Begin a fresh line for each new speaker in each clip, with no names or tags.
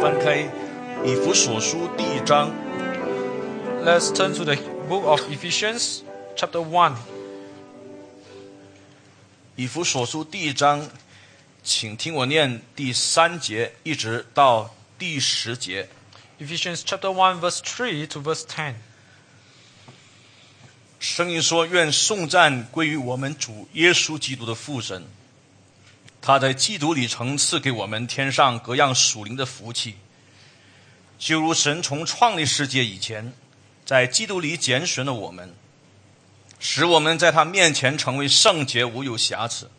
翻开以弗所书第一章，
Let's turn to the book of Ephesians, chapter 1.
以弗所书第一章，请听我念第三节一直到第十节。
Ephesians chapter 1, verse 3 to verse 10.
声音说：“愿颂赞归于我们主耶稣基督的父神，他在基督里曾赐给我们天上各样属灵的福气，就如神从创立世界以前，在基督里拣选了我们，使我们在他面前成为圣洁，无有瑕疵。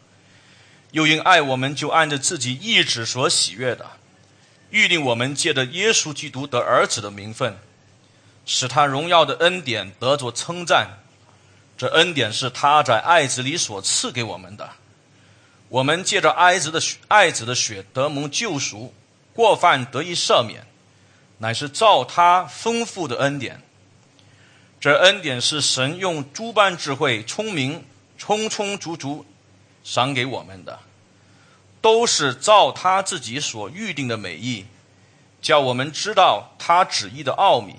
又因爱我们，就按着自己意志所喜悦的，预定我们借着耶稣基督得儿子的名分。”使他荣耀的恩典得着称赞。这恩典是他在爱子里所赐给我们的。我们借着爱子的血，爱子的血得蒙救赎，过犯得以赦免，乃是照他丰富的恩典。这恩典是神用诸般智慧、聪明、充充足足赏给我们的，都是照他自己所预定的美意，叫我们知道他旨意的奥秘。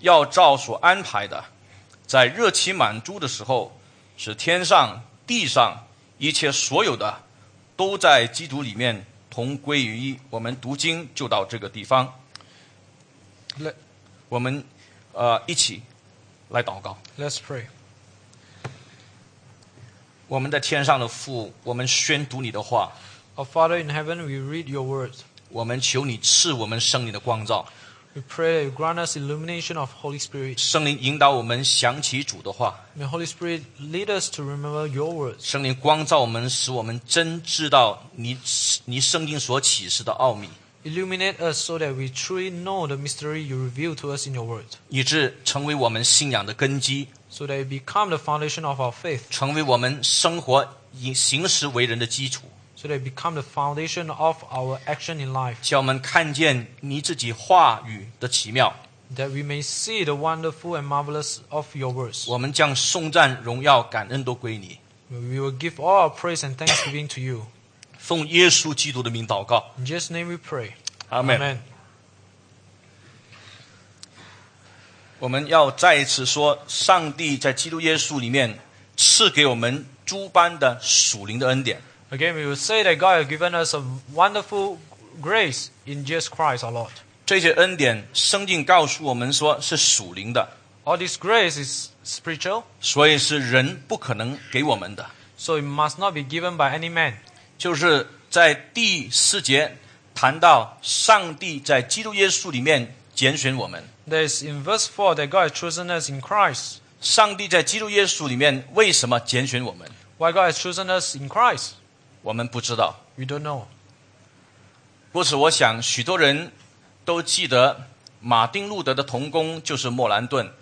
要照所安排的，在热气满足的时候，使天上、地上一切所有的，都在基督里面同归于一。我们读经就到这个地方，
Let,
我们呃一起来祷告。
let's pray.
我们在天上的父，我们宣读你的话，
Our Father in heaven, we read your word.
我们求你赐我们圣灵的光照，
We pray that you grant us illumination of Holy Spirit.
圣灵引导我们想起主的话，
May Holy Spirit lead us to remember your words.
圣灵光照我们，使我们真知道你你圣经所启示的奥秘。
Illuminate us so that we truly know the mystery you reveal to us in your word,
以致成为我们信仰的根基，
so that it become the foundation of our faith,
成为我们生活以行事为人的基础，
so that it become the foundation of our action in life,
叫我们看见你自己话语的奇妙。
that we may see the wonderful and marvelous of your words.
我们将颂赞、荣耀、感恩都归你。
We will give all our praise and thanksgiving to you.
奉耶稣基督的名祷告，
In Jesus' name we pray.
阿门。我们要再一次说，上帝在基督耶稣里面赐给我们诸般的属灵的恩典。
Again, we will say that God has given us a wonderful grace in Jesus Christ our Lord.
这些恩典，圣经告诉我们说是属灵的，
All this grace is spiritual,
所以是人不可能给我们的。
so it must not be given by any man.
就是在第四节谈到上帝在基督耶稣里面拣选我们，
There is in verse 4 that God has chosen us in Christ.
上帝在基督耶稣里面为什么拣选我们？
Why God has chosen us in Christ?
我们不知道。
We don't know.
故此，我想许多人都记得马丁路德的童工就是莫兰顿，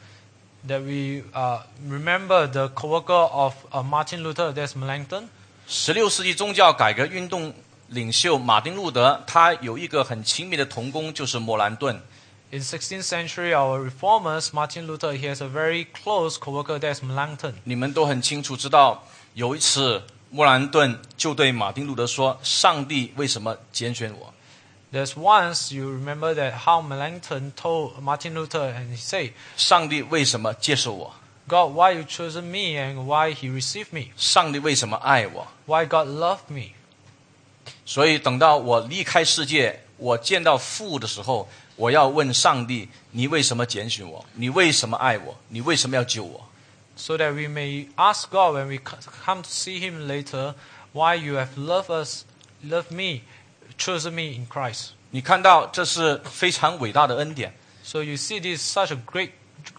That we uh, remember the co-worker of uh, Martin Luther, that's Melanchthon.
十六世纪宗教改革运动领袖马丁路德，他有一个很亲密的童工就是莫兰顿。
In 16th century, our reformers, Martin Luther, he has a very close co-worker, that's Melanchthon.
你们都很清楚知道，有一次莫兰顿就对马丁路德说：“上帝为什么拣选我？”
There's once you remember that how Melanchthon told Martin Luther and he said,
上帝为什么接受我？
God, why you chosen me and why he received me?
上帝为什么爱我？
Why God loved me?
所以等到我离开世界，我见到父的时候，我要问上帝：你为什么拣选我？你为什么爱我？你为什么要救我？
So that we may ask God when we c- come to see him later, why you have loved us, loved me, chosen me in Christ.
你看到这是非常伟大的恩典。
So you see this is such a great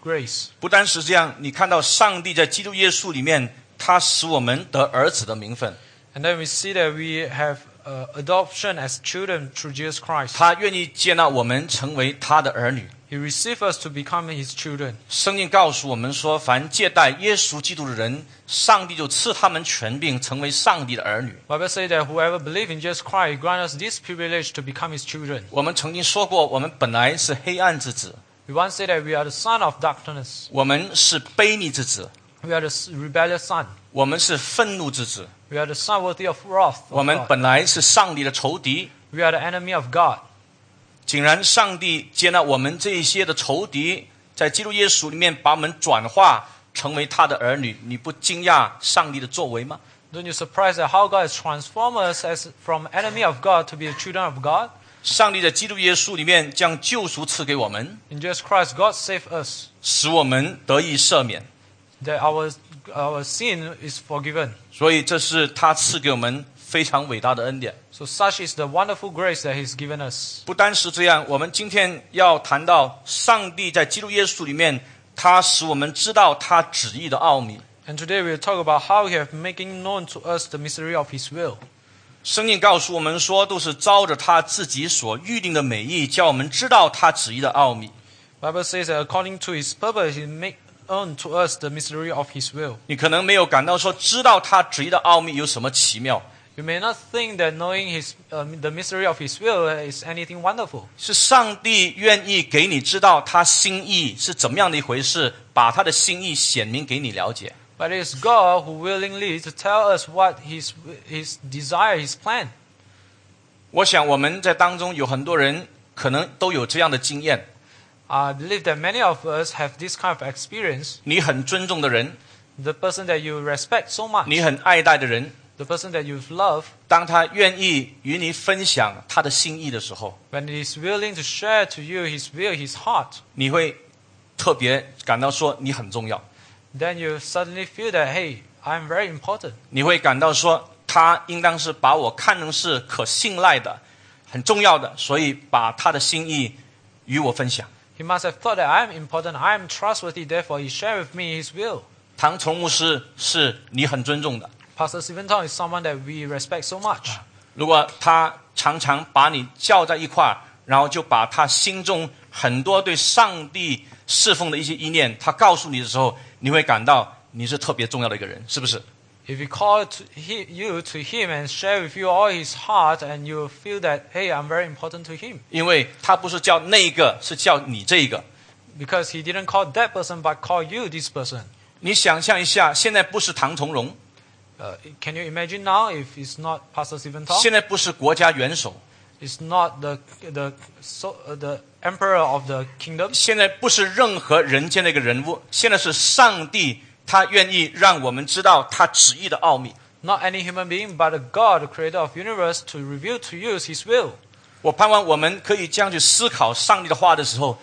grace.
不单是这样，你看到上帝在基督耶稣里面，他使我们得儿子的名分，
And then we see that we have uh, adoption as children through Jesus Christ.
他愿意接纳我们成为他的儿女。
He received us to become his children.
圣经告诉我们说，凡借待耶稣基督的人，上帝就赐他们权柄，成为上帝的儿女。
Bible says that whoever believes in Jesus Christ grant us this privilege to become his children.
我们曾经说过，我们本来是黑暗之子，
We once said that we are the son of darkness.
我们是卑逆之子，
We are the s- rebellious son.
我们是愤怒之子，
We are the 哦 son worthy of wrath. of
我们
God.
本来是上帝的仇敌。
We are the enemy of God.
竟然上帝接纳我们这一些的仇敌，在基督耶稣里面把我们转化成为他的儿女，你不惊讶上帝的作为吗？
Don't you surprised at how God has transformed us as from enemy of God to be the children of God?
上帝在基督耶稣里面将救赎赐给我们，
In Jesus Christ, God saved us,
使我们得以赦免。
that our, our sin is forgiven.
所以这是他赐给我们非常伟大的恩典。
So such is the wonderful grace that He's given us.
不单是这样，我们今天要谈到上帝在基督耶稣里面，他使我们知道他旨意的奥秘。
And today we'll talk about how He has making known to us the mystery of His will.
圣经告诉我们说，都是照着他自己所预定的美意，叫我们知道他旨意的奥秘。
Bible says that according to His purpose, He make known to us the mystery of His will.
你可能没有感到说，知道他旨意的奥秘有什么奇妙，
You may not think that knowing His um, the mystery of His will is anything wonderful.
是上帝愿意给你知道他心意是怎么样的一回事，把他的心意显明给你了解。
But it is God who willingly to tell us what His His desire, His plan.
我想我们在当中有很多人可能都有这样的经验：
I believe that many of us have this kind of experience.
你很尊重的人，
The person that you respect so much,
你很爱戴的人，
the person that you love,
当他愿意与你分享他的心意的时候，
when he is willing to share to you his will, his heart,
你会特别感到说你很重要，
then you suddenly feel that hey, I'm very important.
你会感到说他应当是把我看成是可信赖的、很重要的，所以把他的心意与我分享。
He must have thought that I'm important, I'm trustworthy, therefore he shared with me his will.
唐崇牧师是你很尊重的，
Pastor Stephen Tong is someone that we respect so much.
如果他常常把你叫在一块儿，然后就把他心中很多对上帝侍奉的一些意念，他告诉你的时候，你会感到你是特别重要的一个人，是不是？
If you call to he, you to him and share with you all his heart, and you feel that hey, I'm very important to him,
因为他不是叫那一个，是叫你这一个。
because he didn't call that person but call you this person.
你想象一下，现在不是唐崇荣，
Uh, can you imagine now if it's not Pastor Stephen Tong?
现在不是国家元首，
It's not the the so, uh, the emperor of the kingdom.
现在不是任何人间的一个人物，现在是上帝，他愿意让我们知道他旨意的奥秘。
Not any human being, but a God, the creator of universe, to reveal to you His will.
我盼望我们可以这样去思考上帝的话的时候，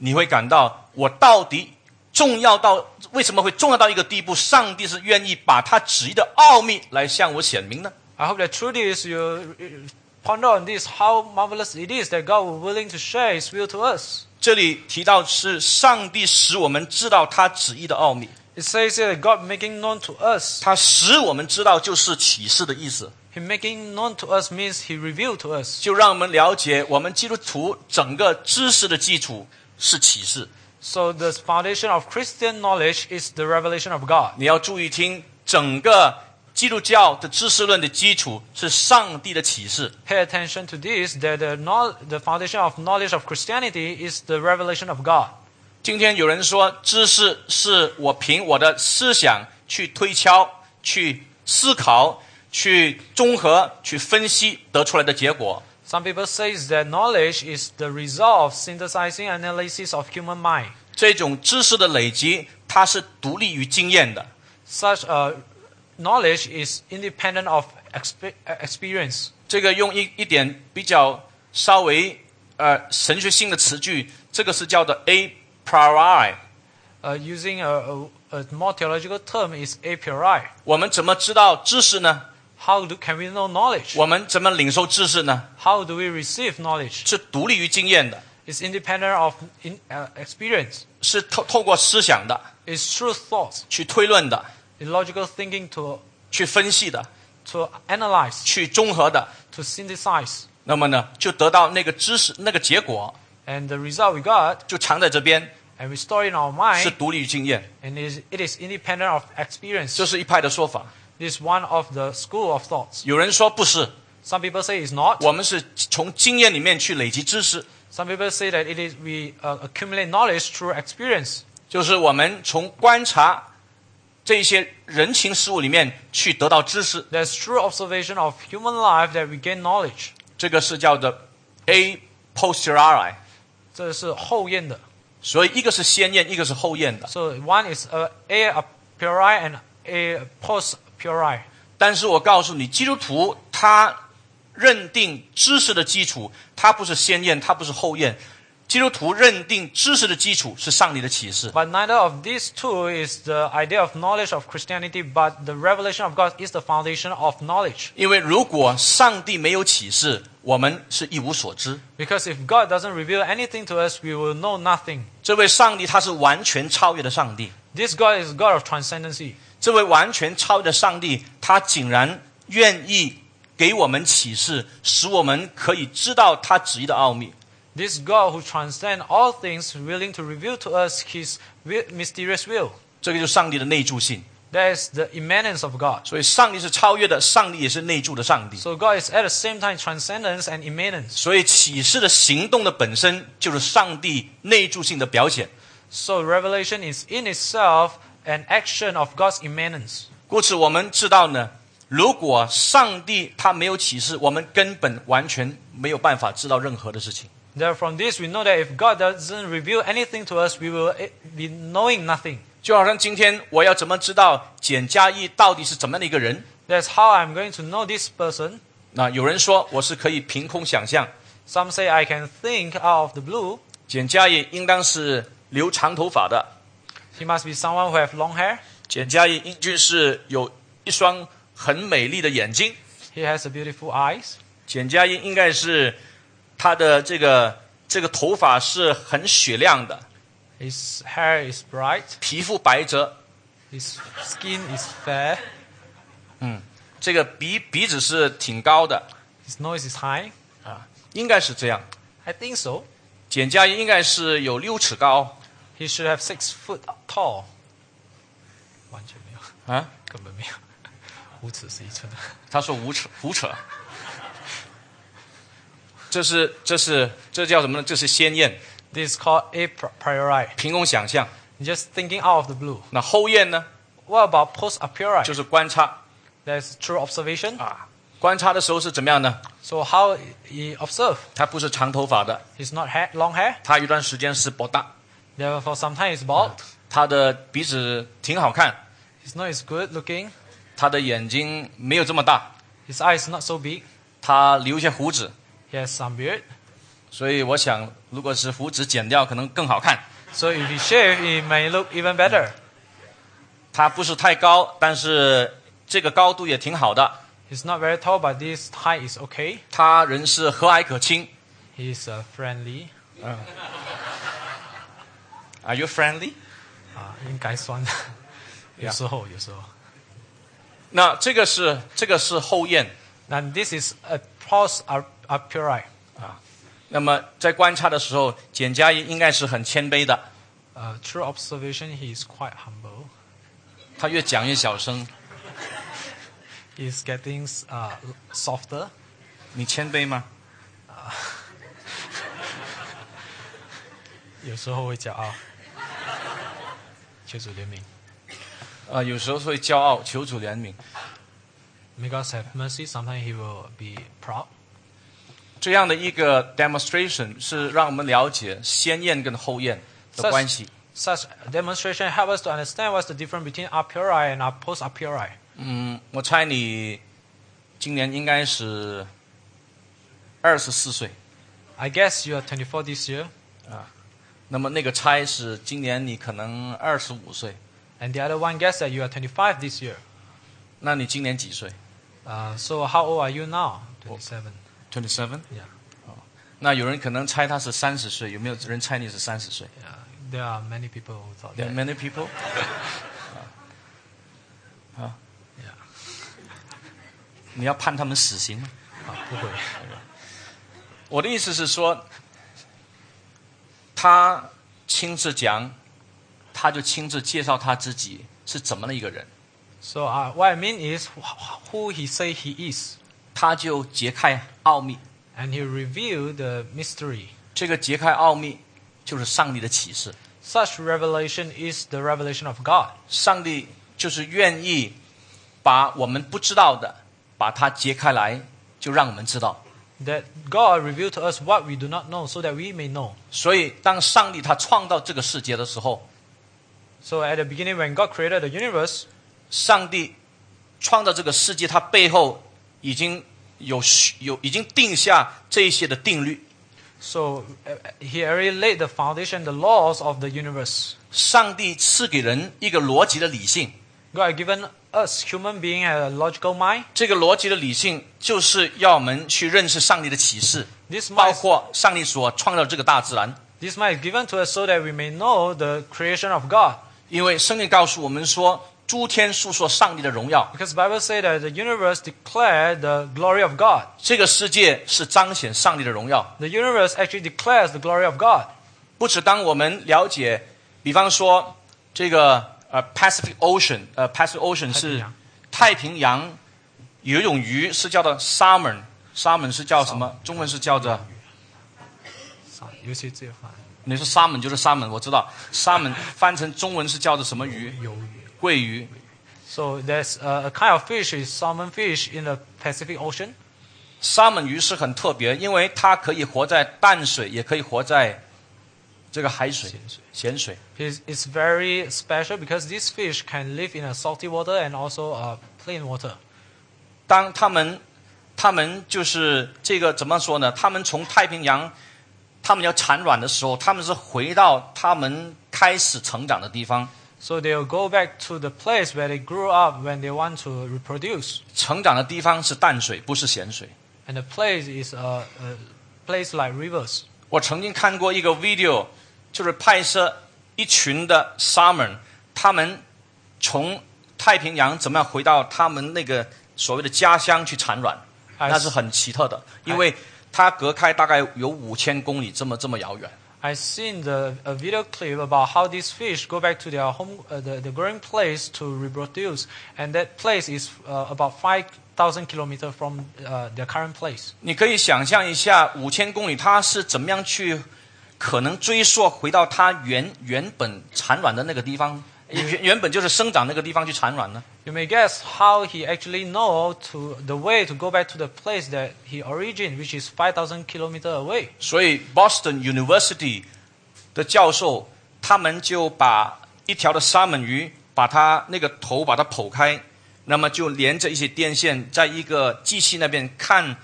你会感到我到底重要到为什么会重要到一个地步？上帝是愿意把他旨意的奥秘来向我显明呢？
I hope that through this you uh, ponder on this how marvelous it is that God was willing to share His will to us.
这里提到是上帝使我们知道他旨意的奥秘，
It says here that God making known to us.
他使我们知道就是启示的意思，
He making known to us means He revealed to us,
就让我们了解我们基督徒整个知识的基础是启示。
so the foundation of Christian knowledge is the revelation of God.
你要注意听，整个基督教的知识论的基础是上帝的启示。
Pay attention to this that the, know- the foundation of knowledge of Christianity is the revelation of God.
今天有人说，知识是我凭我的思想去推敲、去思考、去综合、去分析得出来的结果。
Some people say that knowledge is the result of synthesizing analysis of human mind.
这种知识的累积，它是独立于经验的。
Such uh, knowledge is independent of expe- uh, experience.
这个用一一点比较稍微呃神学性的词句，这个是叫做 a priori。
Uh, using a, a, a more theological term is a priori.
我们怎么知道知识呢？
How do, can we know knowledge?
我们怎么领受知识呢？
How do we receive knowledge?
是独立于经验的，
It's independent of in, uh, experience.
是透透过思想的、
It's through thoughts,
去推论的、
logical thinking to,
去分析的、
to analyze,
去综合的。
to synthesize.
那么呢，就得到那个知识那个结果，
And the result we got,
就藏在这边，
and we store it in our mind,
是独立于经验，
and it is, it is independent of experience.
这是一派的说法。
This is one of the school of thoughts.
有人说不是，
Some people say it's not.
我们是从经验里面去累积知识，
Some people say that it is we uh, accumulate knowledge through experience.
就是我们从观察这些人情事物里面去得到知识，
That's through observation of human life that we gain knowledge.
这个是叫做 a posteriori，
这是后验的。
所以一个是先验，一个是后验的。
So one is a a a puri and a post puri.
但是我告诉你，基督徒他认定知识的基础，他不是先验，他不是后验。基督徒认定知识的基础是上帝的启示，
But neither of these two is the idea of knowledge of Christianity, but the revelation of God is the foundation of knowledge.
因为如果上帝没有启示，我们是一无所知。
Because if God doesn't reveal anything to us, we will know nothing.
这位上帝他是完全超越的上帝，
This God is God of transcendency.
这位完全超越的上帝，他竟然愿意给我们启示，使我们可以知道他旨意的奥秘。
This God who transcends all things, willing to reveal to us His wi- mysterious will.
这个就是上帝的内住性。
That is the immanence of God.
所以上帝是超越的，上帝也是内住的上帝。
So God is at the same time transcendence and immanence.
所以启示的行动的本身就是上帝内住性的表显。
So revelation is in itself an action of God's immanence.
故此，我们知道呢，如果上帝他没有启示，我们根本完全没有办法知道任何的事情。
Therefore, from this we know that if God doesn't reveal anything to us, we will eh, be knowing nothing.
就好像今天我要怎么知道简嘉义到底是怎么样的一个人？
That's how I'm going to know this person.
那有人说我是可以凭空想象，
Some say I can think out of the blue.
简嘉义应当是留长头发的，
He must be someone who have long hair.
简嘉义英俊是有一双很美丽的眼睛，
He has a beautiful eyes.
简嘉义应该是他的这个这个头发是很雪亮的，
His hair is bright.
皮肤白泽，
His skin is fair.
这个鼻鼻子是挺高的
His nose is high.
啊，应该是这样。
I think so.
简嘉义应该是有六尺高
He should have six foot tall. 完全没有，
啊，
根本没有。五尺是一寸。
他说五尺五尺， 这是这是这叫什么呢？这是鲜艳，
This is called a priori.
凭空想象。
Just thinking out of the blue.
那后验呢，
What about post a priori?
就是观察
That's true observation.
啊。观察的时候是怎么样呢？
So how he observe?
他不是长头发的，
He's not hair, long hair.
他有一段时间是博大，
Therefore, sometimes he's bald.
他的鼻子挺好看，
His nose is good looking.
他的眼睛没有这么大，
His eyes not so big.
他留一些胡子，
He has some beard.
所以我想，如果是胡子剪掉，可能更好看。
So if he shave, it may look even better.
他不是太高，但是这个高度也挺好的。
He's not very tall, but this height is okay.
他人是和蔼可亲
He's uh, friendly.
，Are you friendly？
啊，应该 算的。有时候，有时候。
那这个是这个是后验
And this is a post a a priori.
啊。那么在观察的时候，简嘉怡应该是很谦卑的，
Uh, true observation, he is quite humble.
他越讲越小声。
He's getting uh, softer.
你谦卑吗？
有时候会骄傲。求主怜悯。
啊，有时候会骄傲，求主怜悯。
May God have mercy. Sometimes He will be proud.
这样的一个 demonstration 是让我们了解先验跟后验的关系
Such,。such demonstration help us to understand what's the difference between a priori and a post a priori.
嗯，我猜你今年应该是二十四岁。
I guess you are 24 this year,
那么那个猜是今年你可能二十五岁，
and the other one guess that you are 25 this year.
那你今年几岁
Uh, so how old are you now? 27.
？Twenty seven。
Yeah.
哦那有人可能猜他是三十岁，有没有人猜你是三十岁
yeah. There are many people who thought
？There are
that.
many people。 啊
Yeah.
你要判他们死刑吗？
啊，不会。
我的意思是说，他亲自讲，他就亲自介绍他自己是怎么的一个人，
So uh, what I mean is wh- who he say he is,
他就揭开奥秘。
and he reveal the mystery.
这个揭开奥秘就是上帝的启示，
Such revelation is the revelation of God.
上帝就是愿意把我们不知道的，把它揭开来，就让我们知道。
that God revealed to us what we do not know so that we may know.
所以，当上帝他创造这个世界的时候，
So at the beginning, when God created the universe,
上帝创造这个世界，它背后已经有许有已经定下这一些的定律。
so uh, He already laid the foundation, the laws of the universe.
上帝赐给人一个逻辑的理性，
God had given us human being a logical mind.
这个逻辑的理性就是要我们去认识上帝的启示，
This
包
mind,
括上帝所创造这个大自然。
this mind is given to us so that we may know the creation of God.
因为圣经告诉我们说，诸天述说上帝的荣耀，
Because the Bible says that the universe declared the glory of God.
这个世界是彰显上帝的荣耀。
The universe actually declares the glory of God.
不止当我们了解，比方说这个呃 Pacific Ocean，呃 Pacific Ocean
太平
是
洋
太平洋，有一种鱼是叫做 salmon，salmon 是叫什么？中文是叫做你说 salmon 就是 salmon，我知道 salmon 翻成中文是叫做什么鱼？桂鱼。
So there's uh, a kind of fish is salmon fish in the Pacific Ocean.
salmon 鱼是很特别，因为它可以活在淡水，也可以活在这个海水、咸水。
It's, it's very special because this fish can live in a salty water and also uh, plain water.
当他们他们就是这个怎么说呢？他们从太平洋，他们要产卵的时候，他们是回到他们开始成长的地方。
So they'll go back to the place where they grew up when they want to reproduce.
成长的地方是淡水，不是咸水。
And the place is uh, a place like rivers.
我曾经看过一个 video，就是拍摄一群的 salmon，他们从太平洋怎么样回到他们那个所谓的家乡去产卵，
I,
那是很奇特的，因为它隔开大概有五千公里这么这么遥远。
I seen the a video clip about how these fish go back to their home, uh, the, the growing place to reproduce, and that place is uh, about five thousand kilometers from uh, their current place.
你可以想象一下，五千公里它是怎么样去，可能追溯回到它原原本产卵的那个地方，原原本就是生长那个地方去产卵呢？
You may guess how he actually know to the way to go back to the place that he origin, which is five thousand kilometer away.
所以 Boston University 的教授他们就把一条的沙门鱼，把它那个头把它剖开，那么就连着一些电线，在一个机器那边看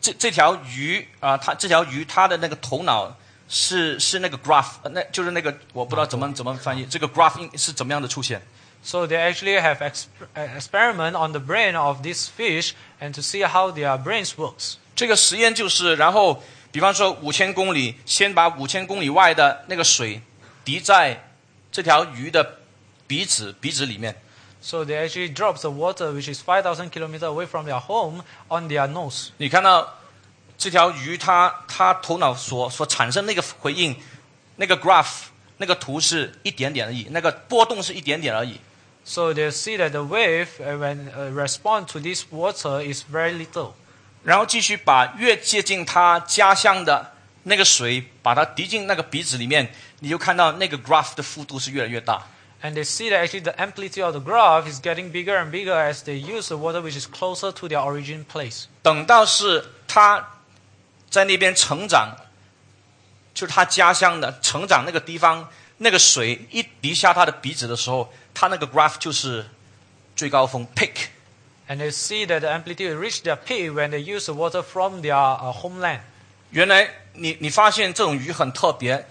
这这条鱼啊，它这条鱼它的那个头脑是是那个 graph，呃那就是那个我不知道怎么怎么翻译，这个 graph 应是怎么样的出现？
So they actually have exp- uh, experiment on the brain of these fish and to see how their brains works.
这个实验就是，然后比方说五千公里，先把五千公里外的那个水滴在这条鱼的鼻子鼻子里面，
So they actually drops the water, which is 5,000 kilometers away from their home, on their nose.
你看到这条鱼它它头脑所所产生那个回应，那个 graph 那个图是一点点而已，那个波动是一点点而已。
So they see that the wave, uh, when uh, respond to this water, is very little.
然后继续把越接近它家乡的那个水，把它滴进那个鼻子里面，你就看到那个 graph 的幅度是越来越大。
And they see that actually the amplitude of the graph is getting bigger and bigger as they use the water which is closer to their origin place.
等到是他在那边成长，就是他家乡的成长那个地方，那个水一滴下他的鼻子的时候，他那个 graph 就是最高峰 peak。
And they see that the amplitude reached their peak when they use the water from their uh, homeland.
原来你你发现这种鱼很特别，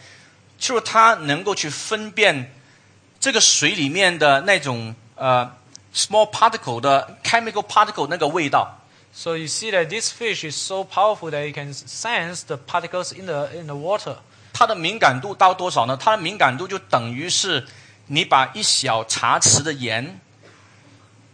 就是它能够去分辨这个水里面的那种呃 small particle 的 chemical particle 那个味道。
So you see that this fish is so powerful that it can sense the particles in the, in the water.
它的敏感度到多少呢？它的敏感度就等于是你把一小茶匙的盐，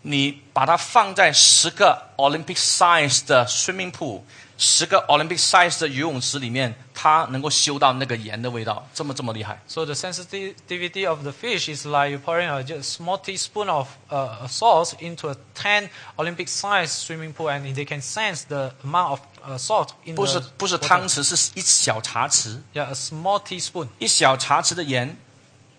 你把它放在十个 Olympic size 的 swimming pool，十个 Olympic size 的游泳池里面，它能够嗅到那个盐的味道，这么这么厉害。
So the sensitivity of the fish is like you pouring a just small teaspoon of uh, uh, salt into a 10 Olympic-sized swimming pool, and they can sense the amount of uh, salt in
不是
the
不是
water.
汤匙，是一小茶匙，
Yeah, a small teaspoon,
一小茶匙的盐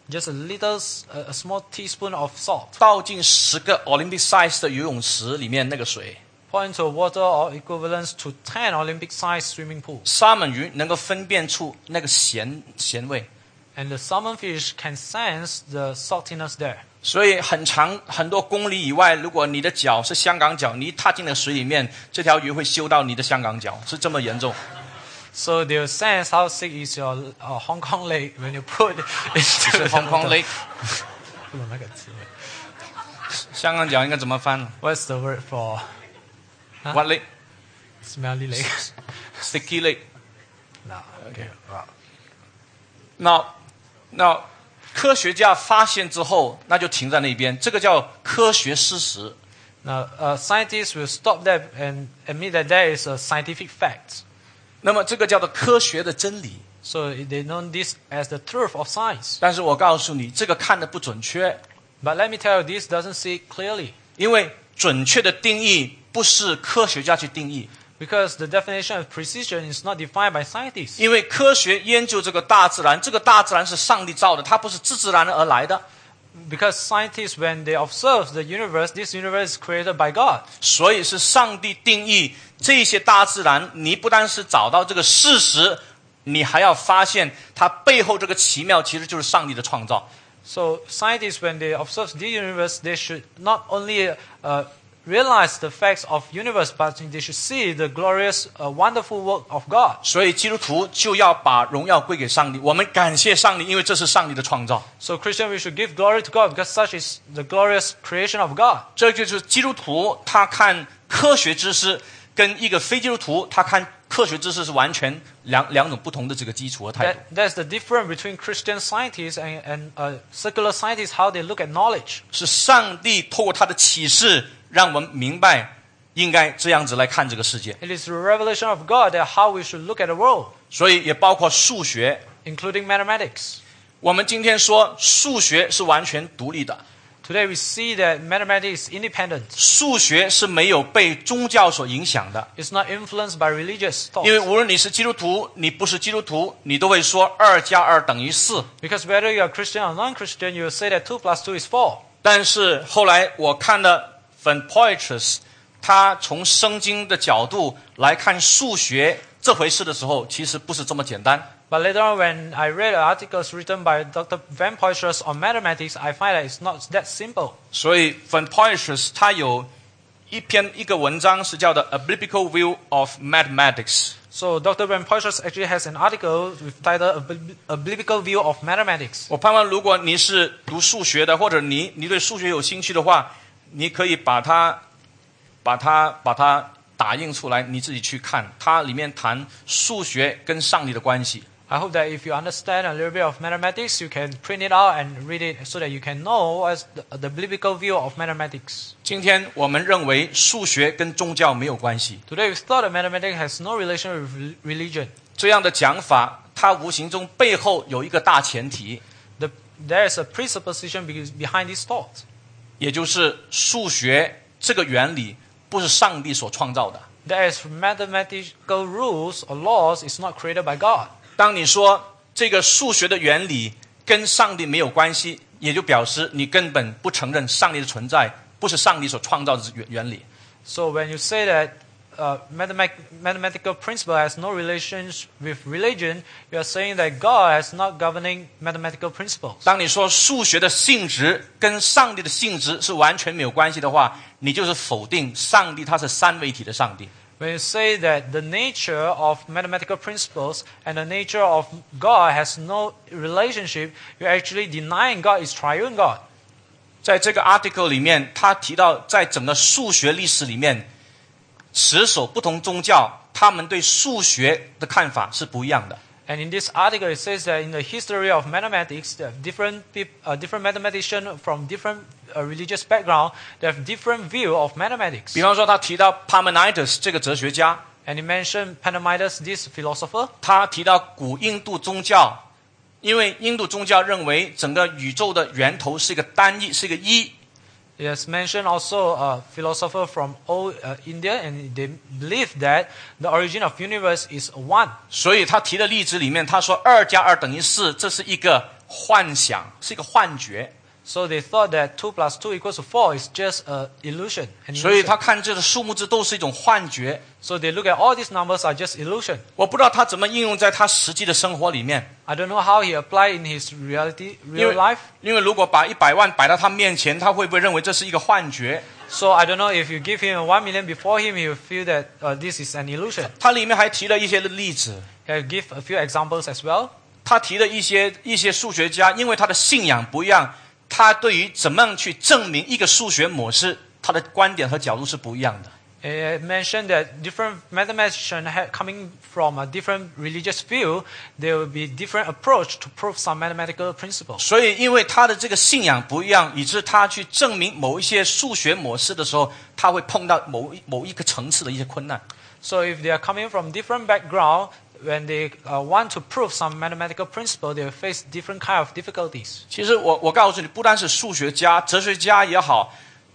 just a little, s- a, a small teaspoon of salt.
倒进十个 Olympic size 的游泳池里面那个水，
pour into a water or equivalent to 10 Olympic-sized swimming pools.
沙门鱼能够分辨出那个咸咸味，
And the salmon fish can sense the saltiness there.
所以很长很多公里以外，如果你的脚是香港脚，你一踏进了水里面，这条鱼会修到你的香港脚，是这么严重。
So they'll sense how sick is your uh, Hong Kong leg when you put it into the
Hong Kong
water.
leg.
不懂那个词汇。
香港脚应该怎么翻
What's the word for
？What leg?
smelly leg?
Sticky leg.
no. Okay. Wow.
那那科学家发现之后，那就停在那边，这个叫科学事实。
Now, uh, scientists will stop that and admit that there is a scientific fact.
那么这个叫做科学的真理。
So they know this as the truth of science.
但是我告诉你，这个看的不准确，
But let me tell you, this doesn't see it clearly
因为准确的定义不是科学家去定义，
because the definition of precision is not defined by scientists.
因为科学研究这个大自然，这个大自然是上帝造的，它不是自自然而来的，
Because scientists, when they observe the universe, this universe is created by God.
所以是上帝定义这些大自然。你不单是找到这个事实，你还要发现它背后这个奇妙，其实就是上帝的创造。
So scientists, when they observe the universe, they should not only uh, realize the facts of universe, but they should see the glorious, uh, wonderful work of God.
所以基督徒就要把荣耀归给上帝。我们感谢上帝，因为这是上帝的创造。
So Christian, we should give glory to God because such is the glorious creation of God.
这就是基督徒他看科学知识，跟一个非基督徒他看科学知识是完全两两种不同的这个基础和态度。
That, that's the difference between Christian scientists and, and uh, secular scientists, how they look at knowledge.
是上帝透过他的启示，让我们明白应该这样子来看这个世界。
It is the revelation of God that how we should look at the world,
所以也包括数学。
including mathematics.
我们今天说数学是完全独立的，
Today we see that mathematics is independent.
数学是没有被宗教所影响的。
It's not influenced by religious
因为
thoughts.
无论你是基督徒，你不是基督徒，你都会说二加二等于四。
Because whether you're Christian or non-Christian, you will say that 2 plus 2 is 4.
但是后来我看了 Van Poitras，他从圣经的角度来看数学这回事的时候，其实不是这么简单。
But later on, when I read articles written by Dr. Van Poitras on mathematics, I find that it's not that simple.
所以 Van Poitras 他有一篇一个文章是叫做《A Biblical View of Mathematics》。
So Dr. Van Poitras actually has an article with titled "A Bib- "A Biblical View of Mathematics."
我盼望，如果你是读数学的，或者你你对数学有兴趣的话，你可以把它、把它、把它打印出来，你自己去看。它里面谈数学跟上帝的关系。
I hope that if you understand a little bit of mathematics, you can print it out and read it so that you can know what's the, the biblical view of mathematics.
今天我们认为数学跟宗教没有关系，
Today, we thought that mathematics has no relation with rel- religion.
这样的讲法，它无形中背后有一个大前提，
The, there is a presupposition be- behind this thought.
也就是数学这个原理不是上帝所创造的。
There is mathematical rules or laws is not created by God.
当你说这个数学的原理跟上帝没有关系，也就表示你根本不承认上帝的存在，不是上帝所创造的原原理。
So when you say that uh, mathemat- mathematical principle has no relations with religion, you are saying that God has not governing mathematical principles.
当你说数学的性质跟上帝的性质是完全没有关系的话，你就是否定上帝他是三位一体的上帝。
When you say that the nature of mathematical principles and the nature of God has no relationship, you're actually denying God is triune God.
在这个 article 里面，他提到在整个数学历史里面，持守不同宗教，他们对数学的看法是不一样的。
And in this article, it says that in the history of mathematics, there are different peop- uh, different mathematicians from different uh, religious background, they have different view of mathematics.
比方说，他提到 Parmenides 这个哲学家，
And he mentioned Panamidas, this philosopher.
他提到古印度宗教，因为印度宗教认为整个宇宙的源头是一个单一，是一个一，
He has mentioned also a philosopher from old uh, India, and they believe that the origin of universe is one.
所以他提的例子里面，他说二加二等于四，这是一个幻想，是一个幻觉。
So they thought that 2 plus 2 equals to 4 is just an illusion. An
所以
illusion.
他看这个数目字都是一种幻觉。
So they look at all these numbers are just illusion.
我不知道他怎么应用在他实际的生活里面，
I don't know how he applied in his reality,
因
real
为
life.
因为如果把一百万摆到他面前，他会不会认为这是一个幻觉？
So I don't know if you give him 1 million before him, he will feel that uh, this is an illusion.
他里面还提了一些例子，
I'll give a few examples as well.
他提了一些一些数学家，因为他的信仰不一样，他对于怎么样去证明一个数学模式，他的观点和角度是不一样的。
It mentioned that different mathematicians ha- coming from a different religious view, there will be different approach to prove some mathematical principle.
所以，因为他的这个信仰不一样，以致他去证明某一些数学模式的时候，他会碰到某一某一个层次的一些困难。
So if they are coming from different background, when they uh, want to prove some mathematical principle, they will face different kind of difficulties.
其实我我告诉你，不单是数学家、哲学家也好，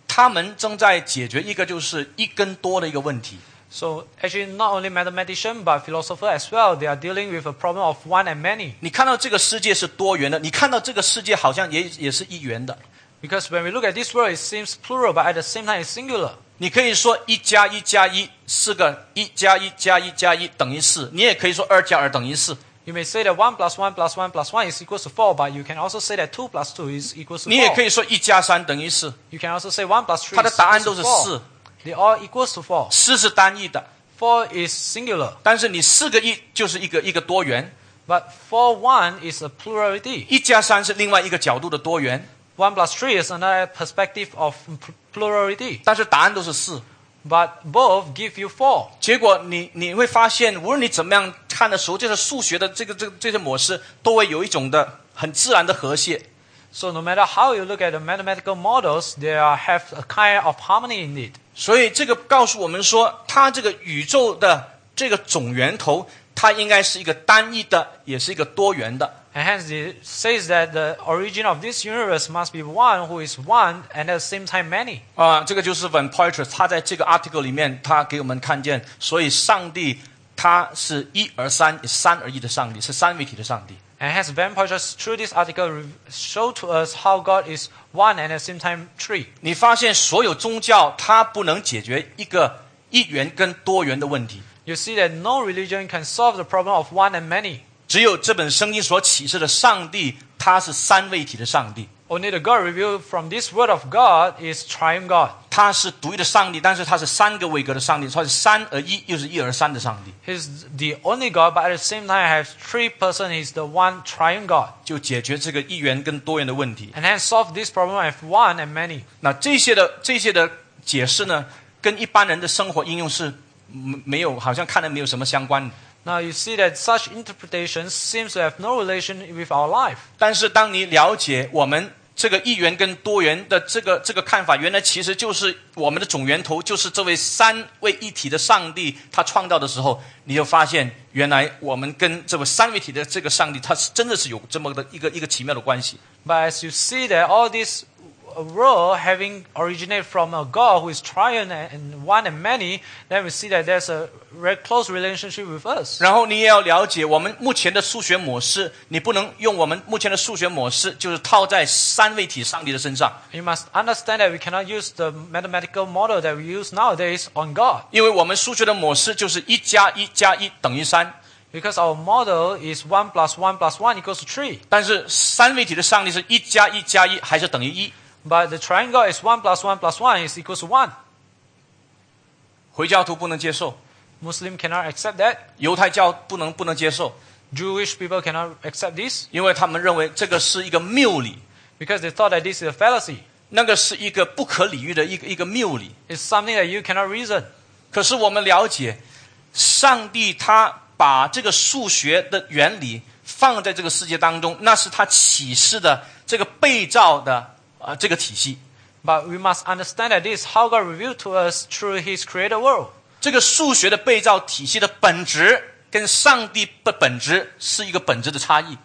他们正在解决一个就是一根多的一个问题。
So actually, not only mathematician but philosopher as well, they are dealing with a problem of one and many.
你看到这个世界是多元的，你看到这个世界好像也也是一元的。
Because when we look at this word, it seems plural, but at the same time, it's singular.
你可以说一加一加一四个一加一加一加一等于四，你也可以说二加二等于四，
You may say that one plus one plus one plus one is equals to four, but you can also say that two plus two is equals to
你也可
four.
以说一加三等于四，
You can also say one plus three
它的
is
答案
equals
都
to
是
four.
四，
They all equals to four.
四是单一的，
Four is singular,
但是你四个一就是一个一个多元，
but four one is a plurality.
一加三是另外一个角度的多元，
One plus three is another perspective of pl- plurality,
但是答案都是四。
but both give you four.
结果你你会发现，无论你怎么样看的时候，这个数学的这个这个这些模式都会有一种的很自然的和谐。
So no matter how you look at the mathematical models, they are, have a kind of harmony in it.
所以这个告诉我们说，它这个宇宙的这个总源头，它应该是一个单一的，也是一个多元的。
And hence it says that the origin of this universe must be one who is one and at the same time many.
啊、这个就是 Van Poitras 他在这个 article 里面，他给我们看见，所以上帝他是一而三，也三而一的上帝，是三位体的上帝。
And hence Van Poitras through this article re- show to us how God is one and at the same time three.
你发现所有宗教它不能解决一个一元跟多元的问题，
You see that no religion can solve the problem of one and many.
只有这本圣经所启示的上帝，他是三位一体的上帝，
Only the God revealed from this word of God is triune God.
他是独一的上帝，但是他是三个位格的上帝，他是三而一，又是一而三的上帝，
He's the only God, but at the same time has three persons. He's the one triune God.
就解决这个一元跟多元的问题。
And hence solve this problem of one and many.
那这些的这些的解释呢，跟一般人的生活应用是没没有，好像看来没有什么相关的。
Now you see that such interpretations seems to have no relation with our life.
但是当你了解我们这个一元跟多元的这个这个看法，原来其实就是我们的总源头，就是这位三位一体的上帝他创造的时候，你就发现原来我们跟这位三位一体的这个上帝，他是真的是有这么的一个一个奇妙的关系。
But as you see that all this world having originated from a God who is triune and one and many, then we see that there's a very close relationship with us.
然后你也要了解我们目前的数学模式，你不能用我们目前的数学模式就是套在三位一体上帝的身上，
You must understand that we cannot use the mathematical model that we use nowadays on God.
因为我们数学的模式就是一加一加一等于三。
Because our model is 1 plus 1 plus 1 equals to 3.
但是三位一体的上帝是一加一加一还是等于一？
But the triangle is 1 plus 1 plus 1 is equals to 1.
回教徒不能接受，
Muslim cannot accept that.
犹太教不能不能接受，
Jewish people cannot accept this
因为他们认为这个是一个谬理，
because they thought that this is a fallacy.
那个是一个不可理喻的一个一个谬理。
It's something that you cannot reason.
可是我们了解，上帝他把这个数学的原理放在这个世界当中，那是他启示的这个被造的啊、呃这个体系。
But we must understand that this is how God revealed to us through His created world.
这个数学的被造体系的本质跟上帝的本质是一个本质的差异。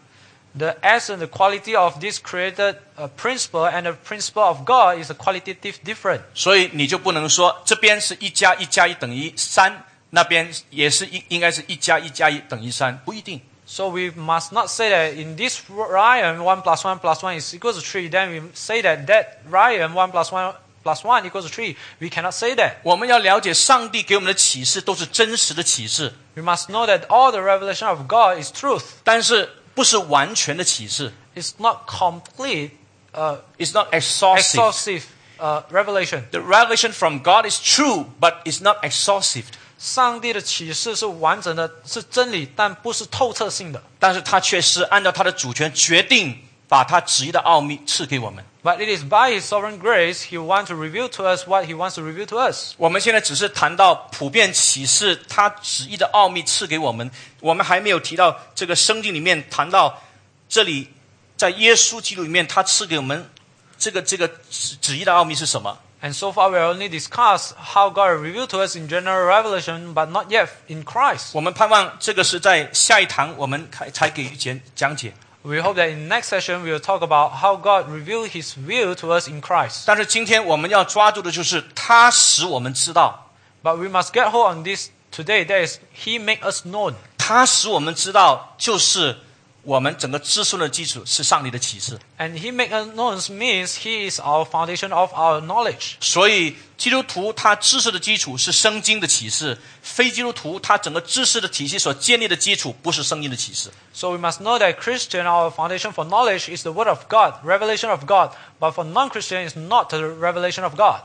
The essence, the quality of this created uh, principle and the principle of God is a qualitative different.
所以你就不能说这边是一加一加一等于三，那边也是一应该是一加一加一等于三，不一定。
So we must not say that in this realm, 1 plus 1 plus 1 is equal to 3. Then we say that that realm, 1 plus 1 plus 1 equals to 3. We cannot say that.
我们要了解上帝给我们的启示都是真实的启示，
We must know that all the revelation of God is truth.
但是不是完全的启示
It's not complete, uh,
？It's not exhaustive.
exhaustive uh, revelation.
The revelation from God is true, but it's not exhaustive.
上帝的启示是完整的，是真理，但不是透彻性的。
但是他却是按照他的主权决定把他旨意的奥秘赐给我们。
But it is by His sovereign grace He wants to reveal to us what He wants to reveal to us.
我们现在只是谈到普遍启示他旨意的奥秘赐给我们，我们还没有提到这个圣经里面谈到这里，在耶稣基督里面他赐给我们这个这个旨旨意的奥秘是什么？
And so far, we only discussed how God revealed to us in general revelation, but not yet in Christ.
我们盼望这个是在下一堂我们才才给予讲讲解，
We hope that in next session we will talk about how God revealed His will to us in Christ.
但是今天我们要抓住的就是他使我们知道，
But we must get hold on this today. That is, He made us known.
他使我们知道就是我们整个知识论的基础是上帝的启示。
And He made us known means He is our foundation of our knowledge.
所以，基督徒他知识的基础是圣经的启示；非基督徒他整个知识的体系所建立的基础不是圣经的启示。
So we must know that Christian, our foundation for knowledge is the Word of God, revelation of God. But for non-Christian, it's not the revelation of God.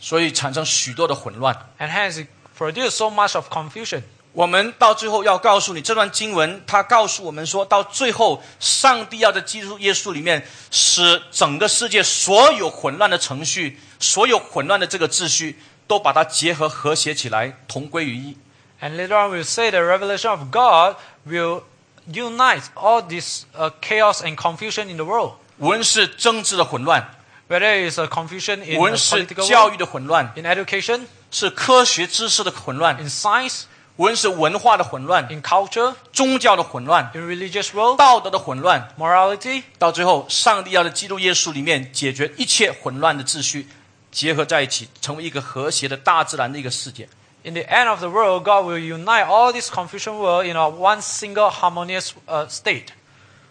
所以产生许多的混乱。
And hence, it produced so much of confusion.
我们到最后要告诉你，这段经文它告诉我们说，到最后，上帝要在基督耶稣里面，使整个世界所有混乱的程序、所有混乱的这个秩序，都把它结合和谐起来，同归于一。
And later on, we'll say the revelation of God will unite all this uh, chaos and confusion in the world.
无论是政治的混乱，
Whether it's a confusion in
无
the
论是
political
教
world,
育的混乱，
in education,
是科学知识的混乱，
in science,
无论是文化的混乱、
in culture,
宗教的混乱、
in religious world,
道德的混乱，
morality.
到最后，上帝要在基督耶稣里面解决一切混乱的秩序，结合在一起，成为一个和谐的大自然的一个世界。
In the end of the world, God will unite all this confusion world in a one single harmonious uh, state.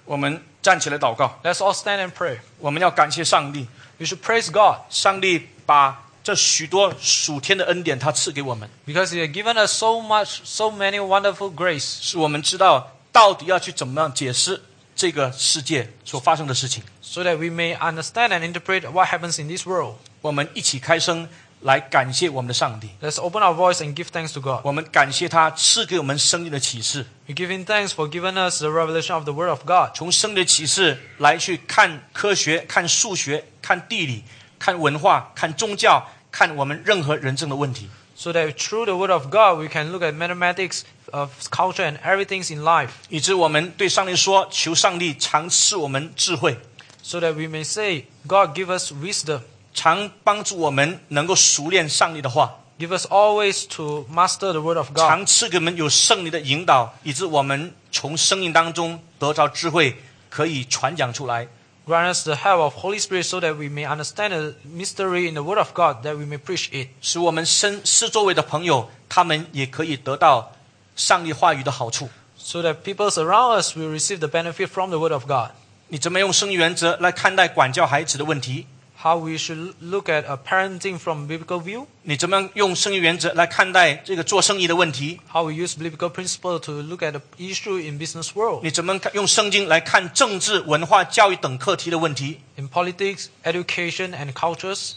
我们站起来祷告，
Let's all stand and pray.
我们要感谢上帝，
We should praise God
上帝把这许多属天的恩典他赐给我们，
because He has given us so much, so many wonderful grace,
使我们知道到底要去怎么样解释这个世界所发生的事情。
so that we may understand and interpret what happens in this world.
我们一起开声来感谢我们的上帝，
Let's open our voice and give thanks to God.
我们感谢他赐给我们生命的启示。
We give Him thanks for giving us the revelation of the Word of God.
从生的启示来去看科学、看数学、看地理、看文化、看宗教、看我们任何人生的问题。
So that through the Word of God, we can look at mathematics, of culture, and everything in life.
以致我们对上帝说：“求上帝常赐我们智慧，
So that we may say, God, give us wisdom.
常帮助我们能够熟练上帝的话，
Give us always to master the Word of God.
常赐给我们有圣灵的引导，以致我们从生命当中得着智慧，可以传讲出来。
Grant us the help of Holy Spirit so that we may understand the mystery in the Word of God, that we may preach it.
使我们身四周围的朋友，他们也可以得到上帝话语的好处。”
So that people around us will receive the benefit from the Word of God.
你怎么用生命原则来看待管教孩子的问题？
How we should look at a parenting from biblical view.
你怎么样用生意原则来看待这个做生意的问题？
how we use biblical principle to look at the issue in business world,
你怎么用圣经来看政治、文化、教育等课题的问题？
in politics, education, and cultures.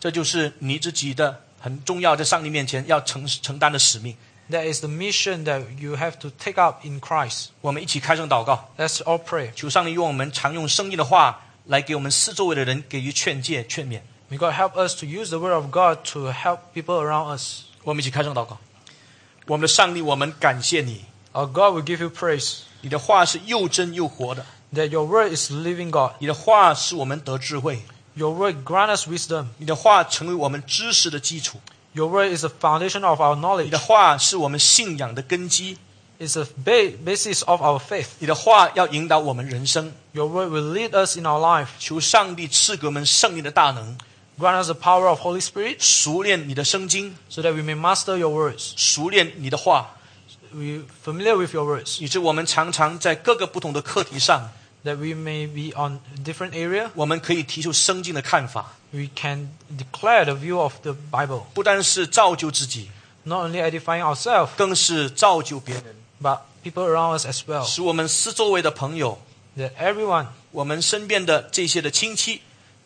这就是你自己的很重要，在上帝面前要承承担的使命。
That is the mission that you have to take up in Christ.
我们一起开声祷告，
Let's all pray.
求上帝用我们常用生意的话来给我们四周围的人给予劝诫、劝勉。
May God help us to use the word of God to help people around us.
我们一起开声祷告，我们的上帝，我们感谢你，
Our God will give you praise.
你的话是又真又活的，
That your word is living God.
你的话使我们得智慧，
Your word grant us wisdom.
你的话成为我们知识的基础，
Your word is the foundation of our
你
knowledge.
的话是我们信仰的根基，
It's the ba- basis of our faith.
你的话要引导我们人生。
Your word will lead us in our life.
求上帝赐给我们圣灵的大能，
Grant us the power of Holy Spirit
熟练你的圣经，
so that we may master your words.
熟练你的话，
we familiar with your words,
以致我们常常在各个不同的课题上，
that we may be on different area,
我们可以提出生进的看法，
we can declare the view of the Bible,
不单是造就自己，
not only edifying ourselves,
更是造就别人，
but people around us as well.
使我们四周围的朋友、
That everyone,
我们身边的这些的亲戚、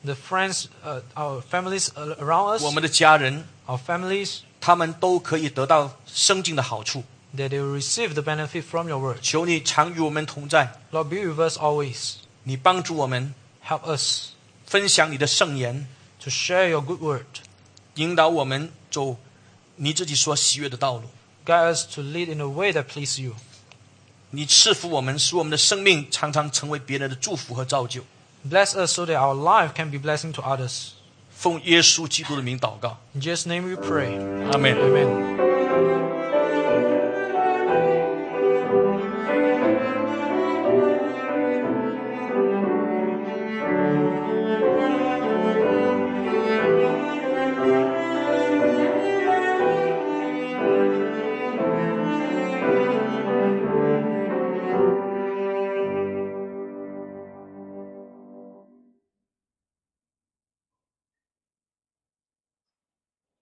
the friends, uh, our families a- around us,
我们的家人，
our families,
他们都可以得到生进的好处。
that they will receive the benefit from your word.
求你常与我们同在，
Lord, be with us always.
你帮助我们
Help us
分享你的圣言，
to share your good word.
引导我们走你自己所喜悦的道路。
Guide us to lead in a way that pleases you.
你赐福我们，使我们的生命常常成为别人的祝福和造就。
Bless us so that our life can be blessing to others.
奉耶稣基督的名祷告，
In Jesus' name we pray.
阿门。
Amen.